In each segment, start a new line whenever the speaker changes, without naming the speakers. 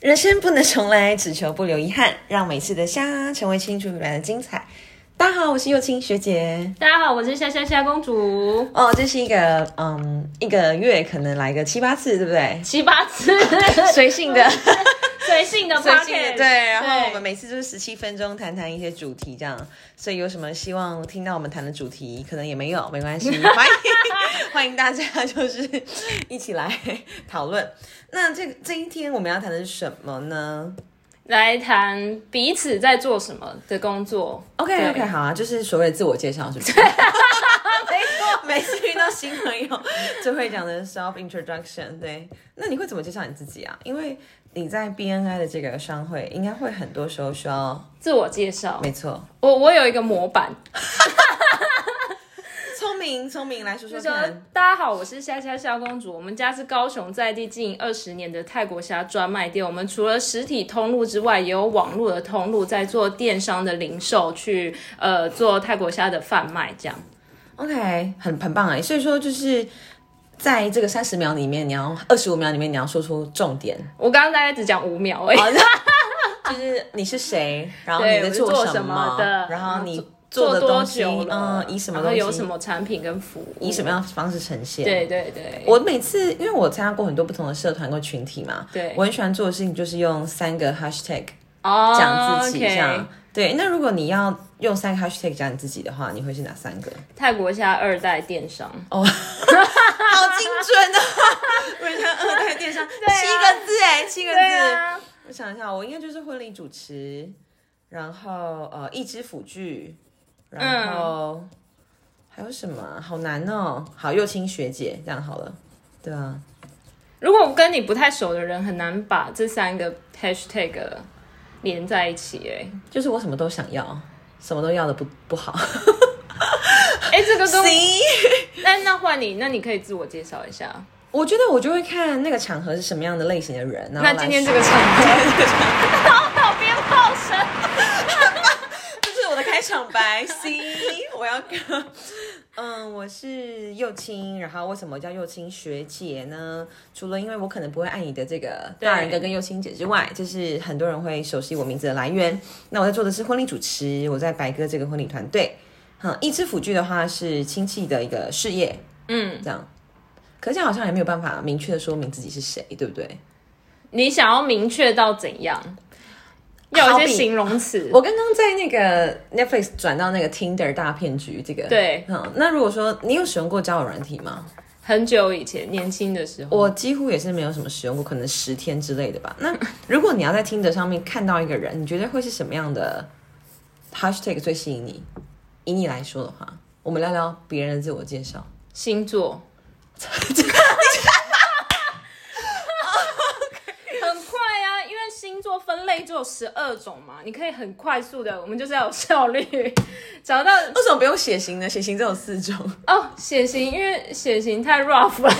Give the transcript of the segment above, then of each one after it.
人生不能重来，只求不留遗憾，让每次的虾成为青出于蓝的精彩。大家好，我是幼青学姐。
大家好，我是夏夏夏公主，
哦，这是一个嗯，一个月可能来个七八次，对不对？
七八次
随性的，
随性的 p
随
o
性
c
的，对。然后我们每次就是十七分钟谈谈一些主题，这样。所以有什么希望听到我们谈的主题，可能也没有，没关系，欢 迎欢迎大家就是一起来讨论。那这这一天我们要谈的是什么呢？
来谈彼此在做什么的工作。
OK
对
OK，好啊，就是所谓的自我介绍，是不是？ 没错， 每次遇到新朋友就会讲的 self introduction。对，那你会怎么介绍你自己啊？因为你在 BNI 的这个商会，应该会很多时候需要，
自我介绍，
没错，
我我有一个模板，
聪明聪明来说说
就说
看。
大家好，我是夏夏夏公主，我们家是高雄在地经营二十年的泰国虾专卖店，我们除了实体通路之外，也有网络的通路，在做电商的零售，去呃做泰国虾的贩卖，这样。
OK，很很棒哎、所以说就是在这个三十秒里面，你要二十五秒里面你要说出重点，
我刚刚大概只讲五秒
哦
而已。
就是你是谁，然后
啊对
你在
我是
做
做
什
什么的
然后你
做
做的
多
东西，
久了？
嗯，以什么
然
东
后
西，
有什么产品跟服务？
以什么？样的方式呈现？
对对对，
我每次因为我参加过很多不同的社团跟群体嘛，
对
我很喜欢做的事情就是用三个 hashtag
哦
讲自己这样。
OK
对，那如果你要用三个 hashtag 讲你自己的话，你会是哪三个？
泰国虾二代电商，
哦好精准的
哦
话，不然像二代电 商、 七个字哎，七个字。
啊，
我想一下，我应该就是婚礼主持，然后呃，一支辅具，
嗯
然后、还有什么啊？好难哦。好，幼青学姐，这样好了。对啊，
如果跟你不太熟的人，很难把这三个 hashtag 连在一起、欸
就是我什么都想要，什么都要的不不好。
哎，哎，这个 跟
行，
那那换你，那你可以自我介绍 一下。
我觉得我就会看那个场合是什么样的类型的人。然后
那
来
今天这
说
个场合，好有鞭炮声，
这是我的开场白。C，我要跟，嗯，我是幼青，然后为什么叫幼青学姐呢？除了因为我可能不会爱你的这个大人哥跟幼青姐之外，就是很多人会熟悉我名字的来源。那我在做的是婚礼主持，我在白哥这个婚礼团队。嗯，一支辅具的话是亲戚的一个事业，
嗯，
这样。可是这样好像也没有办法明确的说明自己是谁，对不对？
你想要明确到怎样？要有
好
一
比
些形容词。
我刚刚在那个 Netflix 转到那个 Tinder 大骗局，这个
对
嗯，那如果说你有使用过交友软体吗？
很久以前年轻的时候，
我几乎也是没有什么使用过，可能十天之类的吧。那如果你要在 Tinder 上面看到一个人，你觉得会是什么样的 hashtag 最吸引你？以你来说的话，我们聊聊别人的自我介绍。
星座， 很快啊，因为星座分类就有十二种嘛，你可以很快速的，我们就是要有效率找到
为什么不用血型呢？血型只有四种，
哦血型，因为血型太 rough 了，四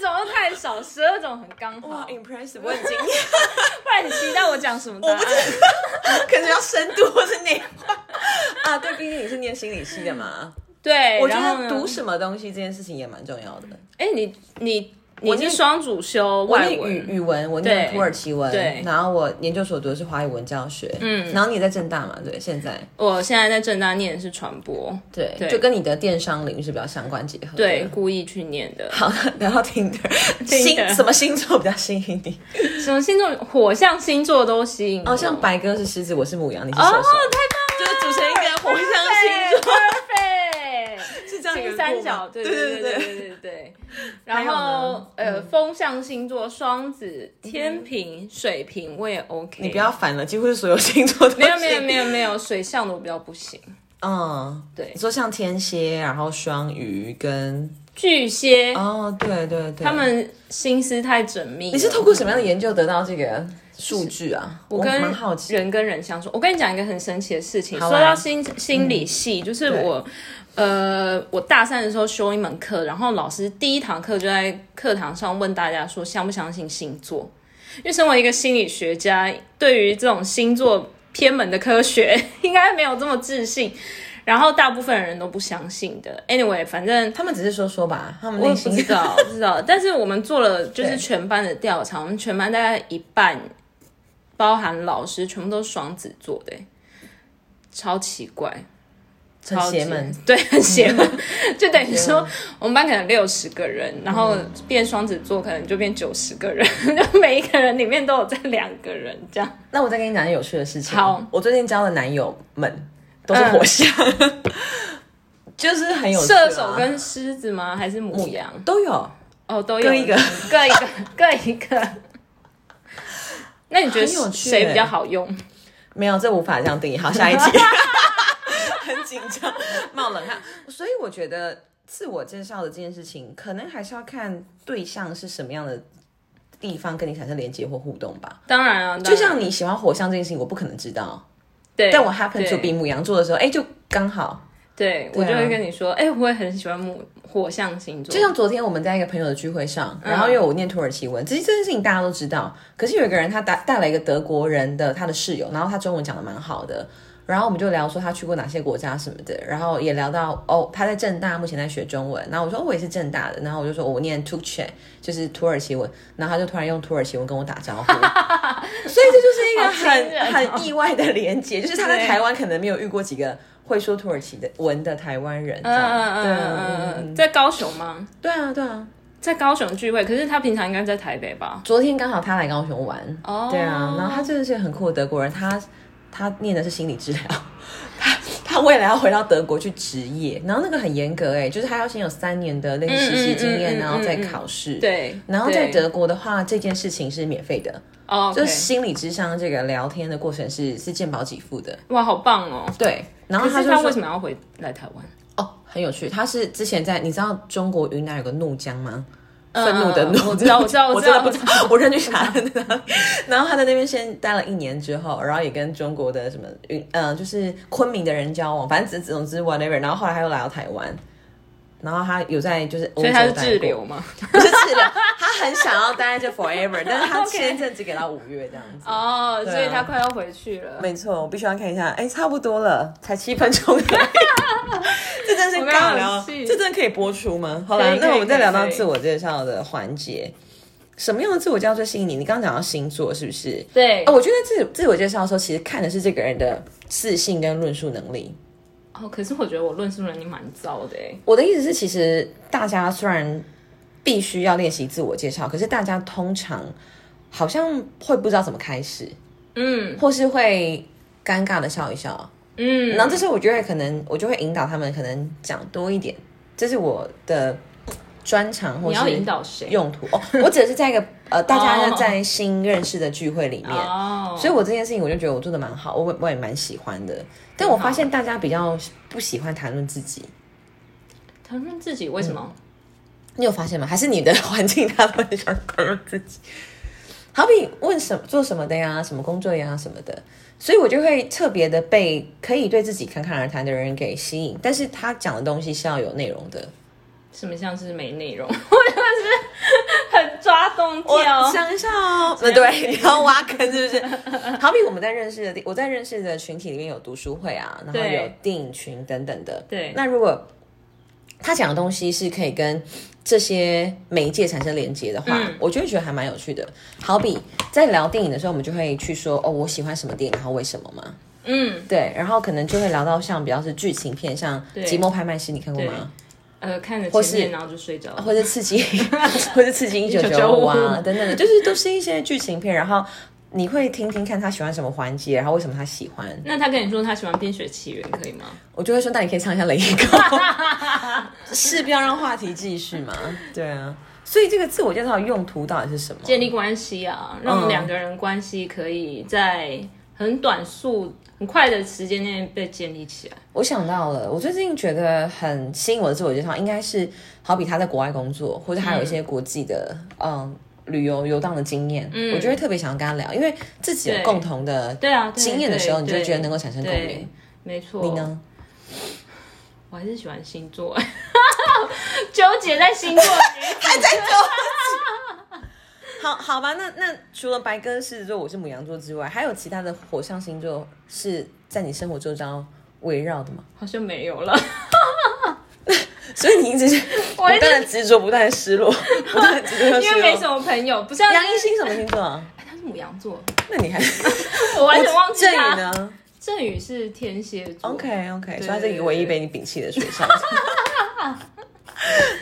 种又太少，十二种很刚 好，
哇
不
，impressive，我很惊讶，
然你期待我讲什么答
我不
案？
知道，可能要深度或是内化啊。对，毕竟你是念心理系的嘛。
对，
我觉
然后
得
呢
读什么东西这件事情也蛮重要的。
哎、你你
我
你
念
是双主修
我
外
念语
文，
语文，我念
对
土耳其文，
对
然后我研究所读的是华语文教学，嗯，然后你也在正大嘛，对，现在
我现在在正大念的是传播，
对，
对
就跟你的电商领域是比较相关结合的。
对，，故意去念的。
好，然后听 的星什么星座比较吸引你？
什么星座？火象星座都吸引我。
哦，像白哥是狮子，我是母羊，你是
哦，
射手，
太棒了，
就是组 成一个火象星座，
，perfect，
是这样一个
金
缘故
三
吗
角，对
对
对
对
对
对
对对对。然
还有呢嗯
后呃，风象星座双子、天平、水瓶我也 OK。
你不要烦了，几乎是所有星座都
没有没有
行
没有没有，水象的我比较不行。
嗯，
对
你说像天蝎，然后双鱼跟
巨蟹
哦，对对对，
他们心思太缜密了。
你是透过什么样的研究得到这个数据啊？我
跟
蛮好奇。
人跟人相处。我跟你讲一个很神奇的事情，
好啊嗯
说到心心理系，就是我。呃，我大三的时候修一门课，然后老师第一堂课就在课堂上问大家说相不相信星座，因为身为一个心理学 家，对于这种星座偏门的科学应该没有这么自信。然后大部分人都不相信的。Anyway，反正
他们只是说说吧，他们
我
内
也不
心
知道，不知道。但是我们做了就是
对
全班的调查，我们全班大概一半，包含老师，全部都是双子座的、欸超奇怪，
很
超级
邪门，，
对，很邪 门。就等于说，我们班可能六十个人，然后
嗯
变双子座可能就变九十个人， 就每一个人里面都有这两个人这样。
那我再跟你讲件有趣的事情。
好，
我最近交的男友们都是火象， 就是很有趣啊、
嗯射手跟狮子吗？还是母羊？
都有，
哦，都有
各一个，
各一个，各一个。那你觉得
很有趣
谁比较
欸
好用？
没有这无法这样定义。好，下一题， 很紧张，冒冷汗。所以我觉得自我介绍的这件事情，可能还是要看对象是什么样的。地方跟你产生连接或互动吧，
当然啊，
就像你喜欢火象这件事情，我不可能知道，
对，
但我 happen to
对
be 母羊座的时候，哎、就刚好，
对，我
对
就
啊
会跟你说，哎、我也很喜欢母火象星座，
就像昨天我们在一个朋友的聚会上，
嗯
然后因为我念土耳其文，其实这件事情大家都知道。可是有一个人他带带来一个德国人的他的室友，然后他中文讲的蛮好的，然后我们就聊说他去过哪些国家什么的，然后也聊到哦他在正大目前在学中文，然后我说、哦我也是正大的，然后我就说、哦我念 Turkce 就是土耳其文，然后他就突然用土耳其文跟我打招 呼，所以这就是
好
一
惊人
个
哦
很、很意外的连接，就是他
对
在台湾可能没有遇过几个会说土耳其的文的台湾人，这
嗯
样
嗯
对
嗯
啊
嗯
嗯
嗯，在高雄吗？
对啊对啊。
在高雄聚会，可是他平常应该在台北吧？
昨天刚好他来高雄玩，
哦
对啊，然后他真的是个很酷的德国人，他他念的是心理治疗，他他未来要回到德国去职业，然后那个很严格哎、就是他要先有三年的类似实习经验，
嗯嗯嗯嗯
然后再考试，。
对，
然后在
对
德国的话，这件事情是免费的，
哦，
就
就是
心理智商这个聊天的过程是是健保给付的，
哇，好棒哦！
对。然后
可
他
是
就
他
说
为什么要回来台湾？
哦，很有趣，他是之前在你知道中国云南有个怒江吗？愤怒的
嗯嗯
怒，
我知道我 知道
我
我知
真
道
的不知道，我认去查在哪里。然后他在那边先待了一年之后，然后也跟中国的什么云，呃，就是昆明的人交往，反正只总之 whatever。然后后来他又来到台湾，然后他有在就是欧
所
洲
以他
待
是
过，
滞 留吗？
不是滞留，他很想要待在这 forever，但 是他签证只给到五月这样子。
哦，所
对
以
啊
他快要回去了。
没错，我必须要看一下，哎，差不多了，才七分 钟而已这真是尬
我
聊，
刚刚有戏
这真的可以播出吗？好
可
啦
以，
那我们再聊到
可以可以
自我介绍的环节，什么样的自我介绍最吸引你？你刚刚讲到星座是不是？
对
哦，我觉得自自我介绍的时候，其实看的是这个人的自信跟论述能力。
哦，可是我觉得我论述能力蛮糟的哎。
我的意思是，其实大家虽然必须要练习自我介绍，可是大家通常好像会不知道怎么开始，
嗯
或是会尴尬的笑一笑。
嗯，
然后这时候我就会可能我就会引导他们，可能讲多一点，这是我的专长或
你要
是
引导谁？
用途哦。我只是在一个呃大家
哦
在新认识的聚会里面，
哦，
所以我这件事情我就觉得我做的蛮好，我我也蛮喜欢的。但我发现大家比较不喜欢谈论自己，
谈论自己为什么？
你有发现吗？还是你的 环境他们很喜欢谈论自己？好比问什么做什么的呀，什么工作呀什么的，所以我就会特别的被可以对自己侃侃而谈的人给吸引，但是他讲的东西是要有内容的。
什么像是没内容？我 真的是很抓动跳。
想一下哦，呃， 对，你要挖坑是不是？好比我们在认识的地，我在认识的群体里面有读书会啊，然后
对
有电影群等等的。
对
那如果他讲的东西是可以跟这些媒介产生连接的话，
嗯
我就会觉得还蛮有趣的。好比在聊电影的时候，我们就会去说哦，我喜欢什么电影，然后为什么嘛？
嗯，
对，然后可能就会聊到像比较是剧情片，像
对
《寂寞拍卖师》，你看过吗？
呃，看着
或
前面
是
然后就睡着了。
或者刺 激，或者刺激一九九五啊等等的，就是都是一些剧情片，然后你会听听看他喜欢什么环节，然后为什么他喜欢，
那他跟你说他喜欢《冰雪奇缘》，可以吗？
我就会说，那你可以唱一下《雷 狗》，势必要让话题继续嘛，对啊，所以这个自我介绍的用途到底是什么？
建立关系啊，让我们两个人关系可以在很短速、很快的时间内被建立起来。
我想到了，我最近觉得很吸引我的自我介绍，应该是好比他在国外工作，或者他有一些国际的嗯旅游游荡的经验，我就会特别想要跟他聊，因为自己有
对
共同的
对啊，对
经验的时候，
对
你就会觉得
对
能够产生共鸣
对。，没错。
你呢？
我还是喜欢星座， 纠结在星座里。
好好吧，那那除了白鸽、狮子座，我是母羊座之外，还有其他的火象星座是在你生活周遭围绕的吗？
好像没有了。
所以你一直是
我一直
不断的执着，不断的失 落，不断的执着又失
因为
落。
没什么朋友，不啊像
杨一星什么星座啊？
哎他是母羊座，
那你还
我完全 忘记
振宇
他。
呢
振宇是天蝎座。
？OK OK，所
对
以他是一个唯一被你摒弃的水 象。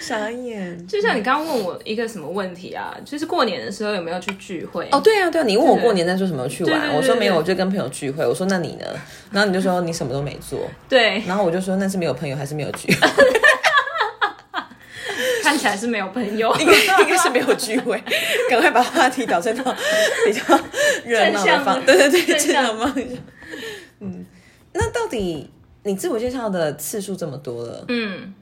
傻眼。
就像你刚刚问我一个什么问题啊？就是过年的时候有没有去聚会？
哦，对啊，对啊，你问我过年在做什么去
对对
玩，
对
我说没有，
对
我就跟朋友聚会。我说那你呢？然后你就说你什么都没做，
对，
然后我就说那是没有朋友还是没有聚会？
看起来是没有朋 友。
一个一个是没有聚会，赶快把话题导正到比较热闹的方，
正
对
向
对对，
正
正
向
向方向。嗯，那到底你自我介绍的次数这么多了，
嗯，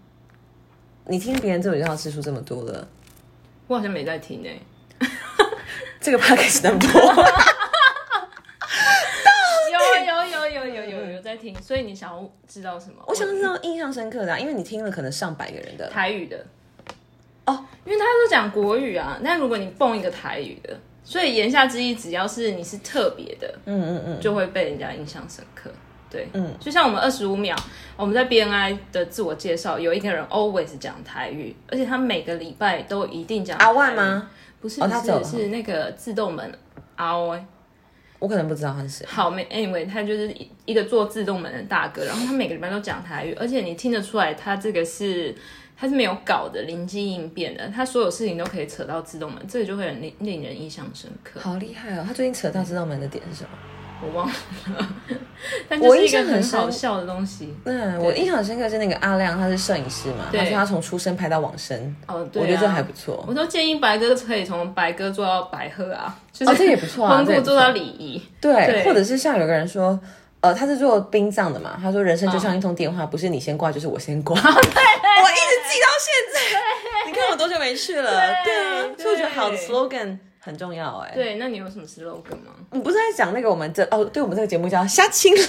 你听别人自我介绍的次数这么多了，
我好像没在听 欸诶、
这个 podcast 那么多，
有有有有有有有在听，所以你想要知道什么？
我想知道印象深刻的、啊，因为你听了可能上百个人的，
台语的
哦，
因为大家都讲国语啊。那如果你蹦一个台语的，所以言下之意，只要是你是特别的，
嗯嗯嗯，
就会被人家印象深刻。对，
嗯
嗯，就像我们二十五秒，我们在 BNI 的自我介绍，有一个人 always 讲台语，而且他每个礼拜都一定讲。
阿万？吗？
不是，
哦
不
他
是，
走了
是那个自动门阿万。
我可能不知道他是谁，
好，没 anyway，他就是一一个做自动门的大哥，然后他每个礼拜都讲台语，而且你听得出来，他这个是他是没有搞的，灵机应变的，他所有事情都可以扯到自动门，这个就会很令令人印象深刻。
好厉害哦！他最近扯到知道门的点是什么？
我忘了，但
我
就
印
是一个
象很
很
深
好笑的东西。
那我印象很深刻是那个阿亮，他是摄影师嘛，他说他从出生拍到往生，
哦，对、啊，
我觉得这还不错。
我都建议白哥可以从白哥做到白鹤啊，就
哦，
是
这也不错啊，
光
这也
顾
不错
做到礼仪。
对，
对
或者是像有个人说，呃，他是做殡葬的嘛，他说人生就像一通电话，不是你先挂就是我先 挂，我一直记到现在，啊 你看我多久没去了？
对
对啊，所以我觉得好的
对
slogan 很重要哎。
对，那你有什么 slogan 吗？
你不是在讲那个我们这哦，对我们这个节目叫虾青了，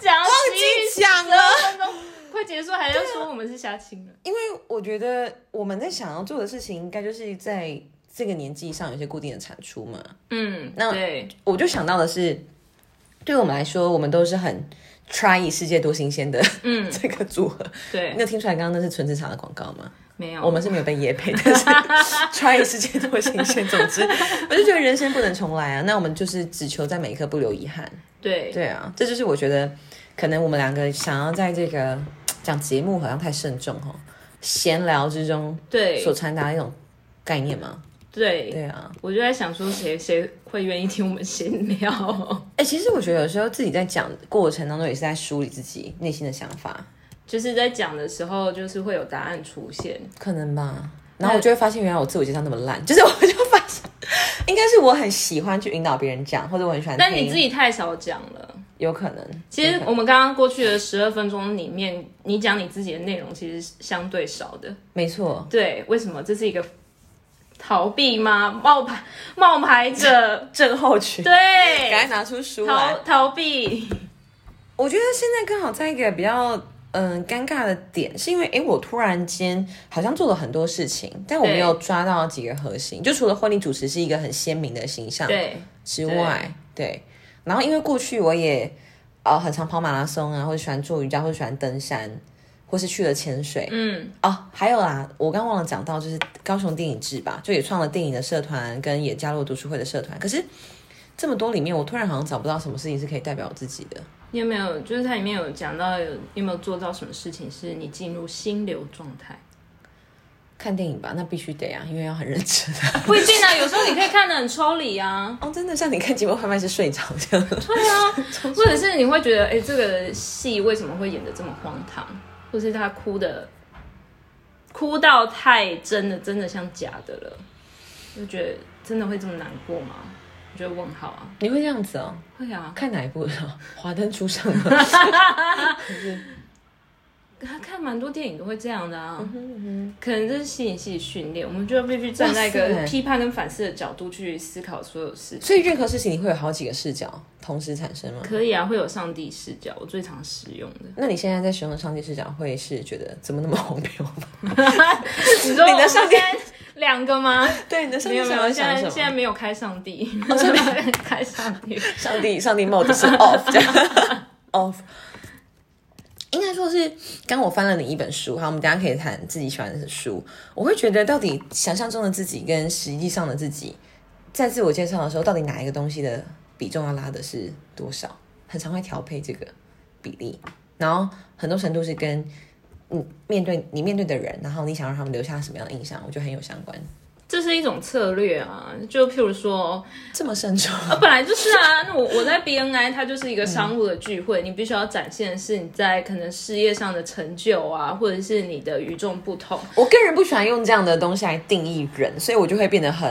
讲忘
记讲了
分钟 快结束还要说我们是瞎亲了。
因为我觉得我们在想要做的事情，应该就是在这个年纪上有些固定的产出嘛。
嗯，
那
对，
我就想到的是，对我们来说，我们都是很 try 世界多新鲜的
嗯，
这个组合。
对
你，有听出来刚刚那是纯职场的广告吗？
没有，
我们是没有被业配，但 是 try 世界多新鲜。总之，我就觉得人生不能重来啊。那我们就是只求在每一刻不留遗憾。
对
对啊，这就是我觉得可能我们两个想要在这个讲节目好像太慎重哦，闲聊之中
对
所传达的一种概念嘛。
对，
对啊，
我就在想说谁谁会愿意听我们闲聊，
哎、其实我觉得有时候自己在讲过程当中也是在梳理自己内心的想法，
就是在讲的时候，就是会有答案出现。
可能吧。然后我就会发现，原来我自我介绍那么烂，就是我就发现，应该是我很喜欢去引导别人讲，或者我很喜欢听。
但你自己太少讲了。
有可能，
其实我们刚刚过去的十二分钟里面，你讲你自己的内容其实是相对少的。
没错，，
对，为什么？这是一个逃避吗？冒牌冒牌者
症候群，赶
对，
快拿出书来
逃。逃避。
我觉得现在刚好在一个比较嗯尴尬的点，是因为诶，我突然间好像做了很多事情，但我
对
没有抓到几个核心。就除了婚礼主持是一个很鲜明的形象
对，
之外，对。然后因为过去我也呃很常跑马拉松啊，或者喜欢做瑜伽，或者喜欢登山，或是去了潜水。
嗯，
哦，还有啦，我刚忘了讲到，就是高雄电影制吧，就也创了电影的社团，跟也加入读书会的社团。可是这么多里面，我突然好像找不到什么事情是可以代表我自己的。
你有没有？就是它里面有讲到有你有没有做到什么事情是你进入心流状态？
看电影吧，那必须得啊，因为要很认真 啊。，
不一定啊，有时候你可以看得很抽离啊
哦，真的像你看节目拍卖是睡着这样。
或者是你会觉得，哎、这个戏为什么会演得这么荒唐，或是他哭的哭到太真的，真的像假的了，就觉得真的会这么难过吗？我觉得问号啊，
你会这样子哦？
会啊，
看哪一部的时候？华灯初上吗？
他看蛮多电影都会这样的啊，
嗯
可能这是吸引系训练，我们就必须站在一
哇
个
塞
批判跟反思的角度去思考所有事情。
所以任何事情你会有好几个视角同时产生吗？
可以啊，会有上帝视角，我最常使用的。
那你现在在使用的上帝视角会是觉得怎么那么红标吗？
你说
你的
我们
上帝
现在两个吗？
对，你的上
没有没有，现在
想哦
现在没有 开上帝，开上帝。
上帝，上帝 mode 是 off 这样。 of。应该说是，刚我翻了你一本书，好，我们等一下可以谈自己喜欢的书。我会觉得，到底想象中的自己跟实际上的自己，在自我介绍的时候，到底哪一个东西的比重要拉的是多少？很常会调配这个比例，然后很多程度是跟嗯面对你面对的人，然后你想让他们留下什么样的印象，我觉得很有相关。
这是一种策略啊，就譬如说，
这么慎重，
啊，本来就是啊。那我我在 BNI，它就是一个商务的聚会，你必须要展现的是你在可能事业上的成就啊，或者是你的与众不同。
我个人不喜欢用这样的东西来定义人，所以我就会变得很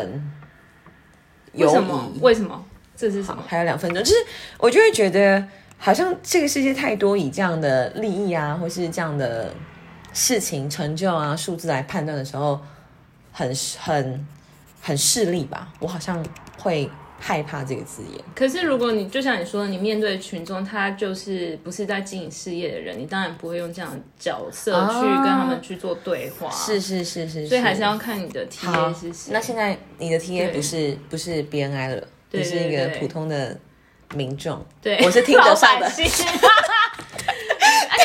为
犹
什么？
疑。
为什么？这是什么？
还有两分钟，就是我就会觉得，好像这个世界太多以这样的利益啊，或是这样的事情成就啊、数字来判断的时候，很很很势利吧。我好像会害怕这个字眼。
可是如果你就像你说的，你面对群众，他就是不是在经营事业的人，你当然不会用这样的角色去跟他们去做对话。
哦是，是是是，
所以还是要看你的
好
TA 是谁。
那现在你的 TA
对
不是不是 BNI 了，
对
你是一个
对对
普通的民众。
对，
我是听得上的
老百姓而且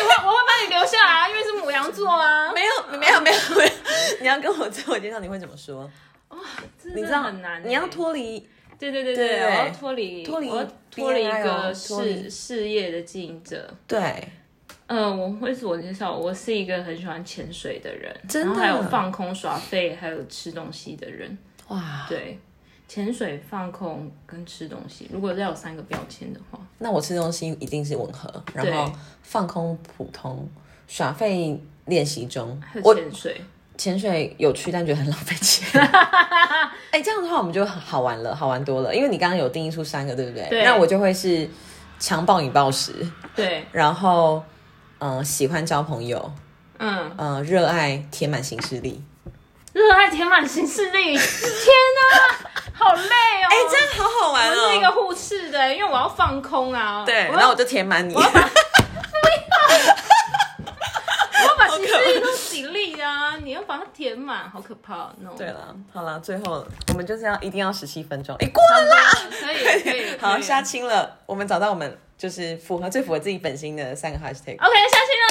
我我会把你留下来啊，因为是母羊座啊。
没有没有没有没 有，你要跟我自我介绍，你会怎么 说？
你
你知道
很难欸、
你要脱离
对对对
对
对，我要脱离
脱离
我要脱离一
BNI
个
哦脱
事
离
事业的经营者。
对。
呃，我会自我介绍，我是一个很喜欢潜水的人，
真的
然后还有放空耍废，还有吃东西的人。
哇，
对，潜水、放空跟吃东西，如果要有三个标签的话，
那我吃东西一定是吻合，然后
对
放空普通，耍废练习中。
还有
我
潜水。
潜水有趣，但觉得很浪费 钱。哎、这样的话我们就好玩了，好玩多了。因为你刚刚有定义出三个，对不对？
对
那我就会是强暴饮暴食，
对，
然后嗯、呃喜欢交朋友，
嗯，
嗯、呃，热爱填满行事力。
热爱填满行事历， 天哪、好累哦！哎、
哎、这样好好玩哦。
我是一个护士的，因为我要放空啊。
对，
我
然后
要
我就填满你。
我要把行事历都洗力啊，你要把它填满，好可怕、哦。No，
对了，好了，最后我们就是要一定要十七分钟，哎、过了啦。
可以可以，
好，
可以
杀青了，我们找到我们就是符合最符合自己本心的三个 hashtag。
OK，下期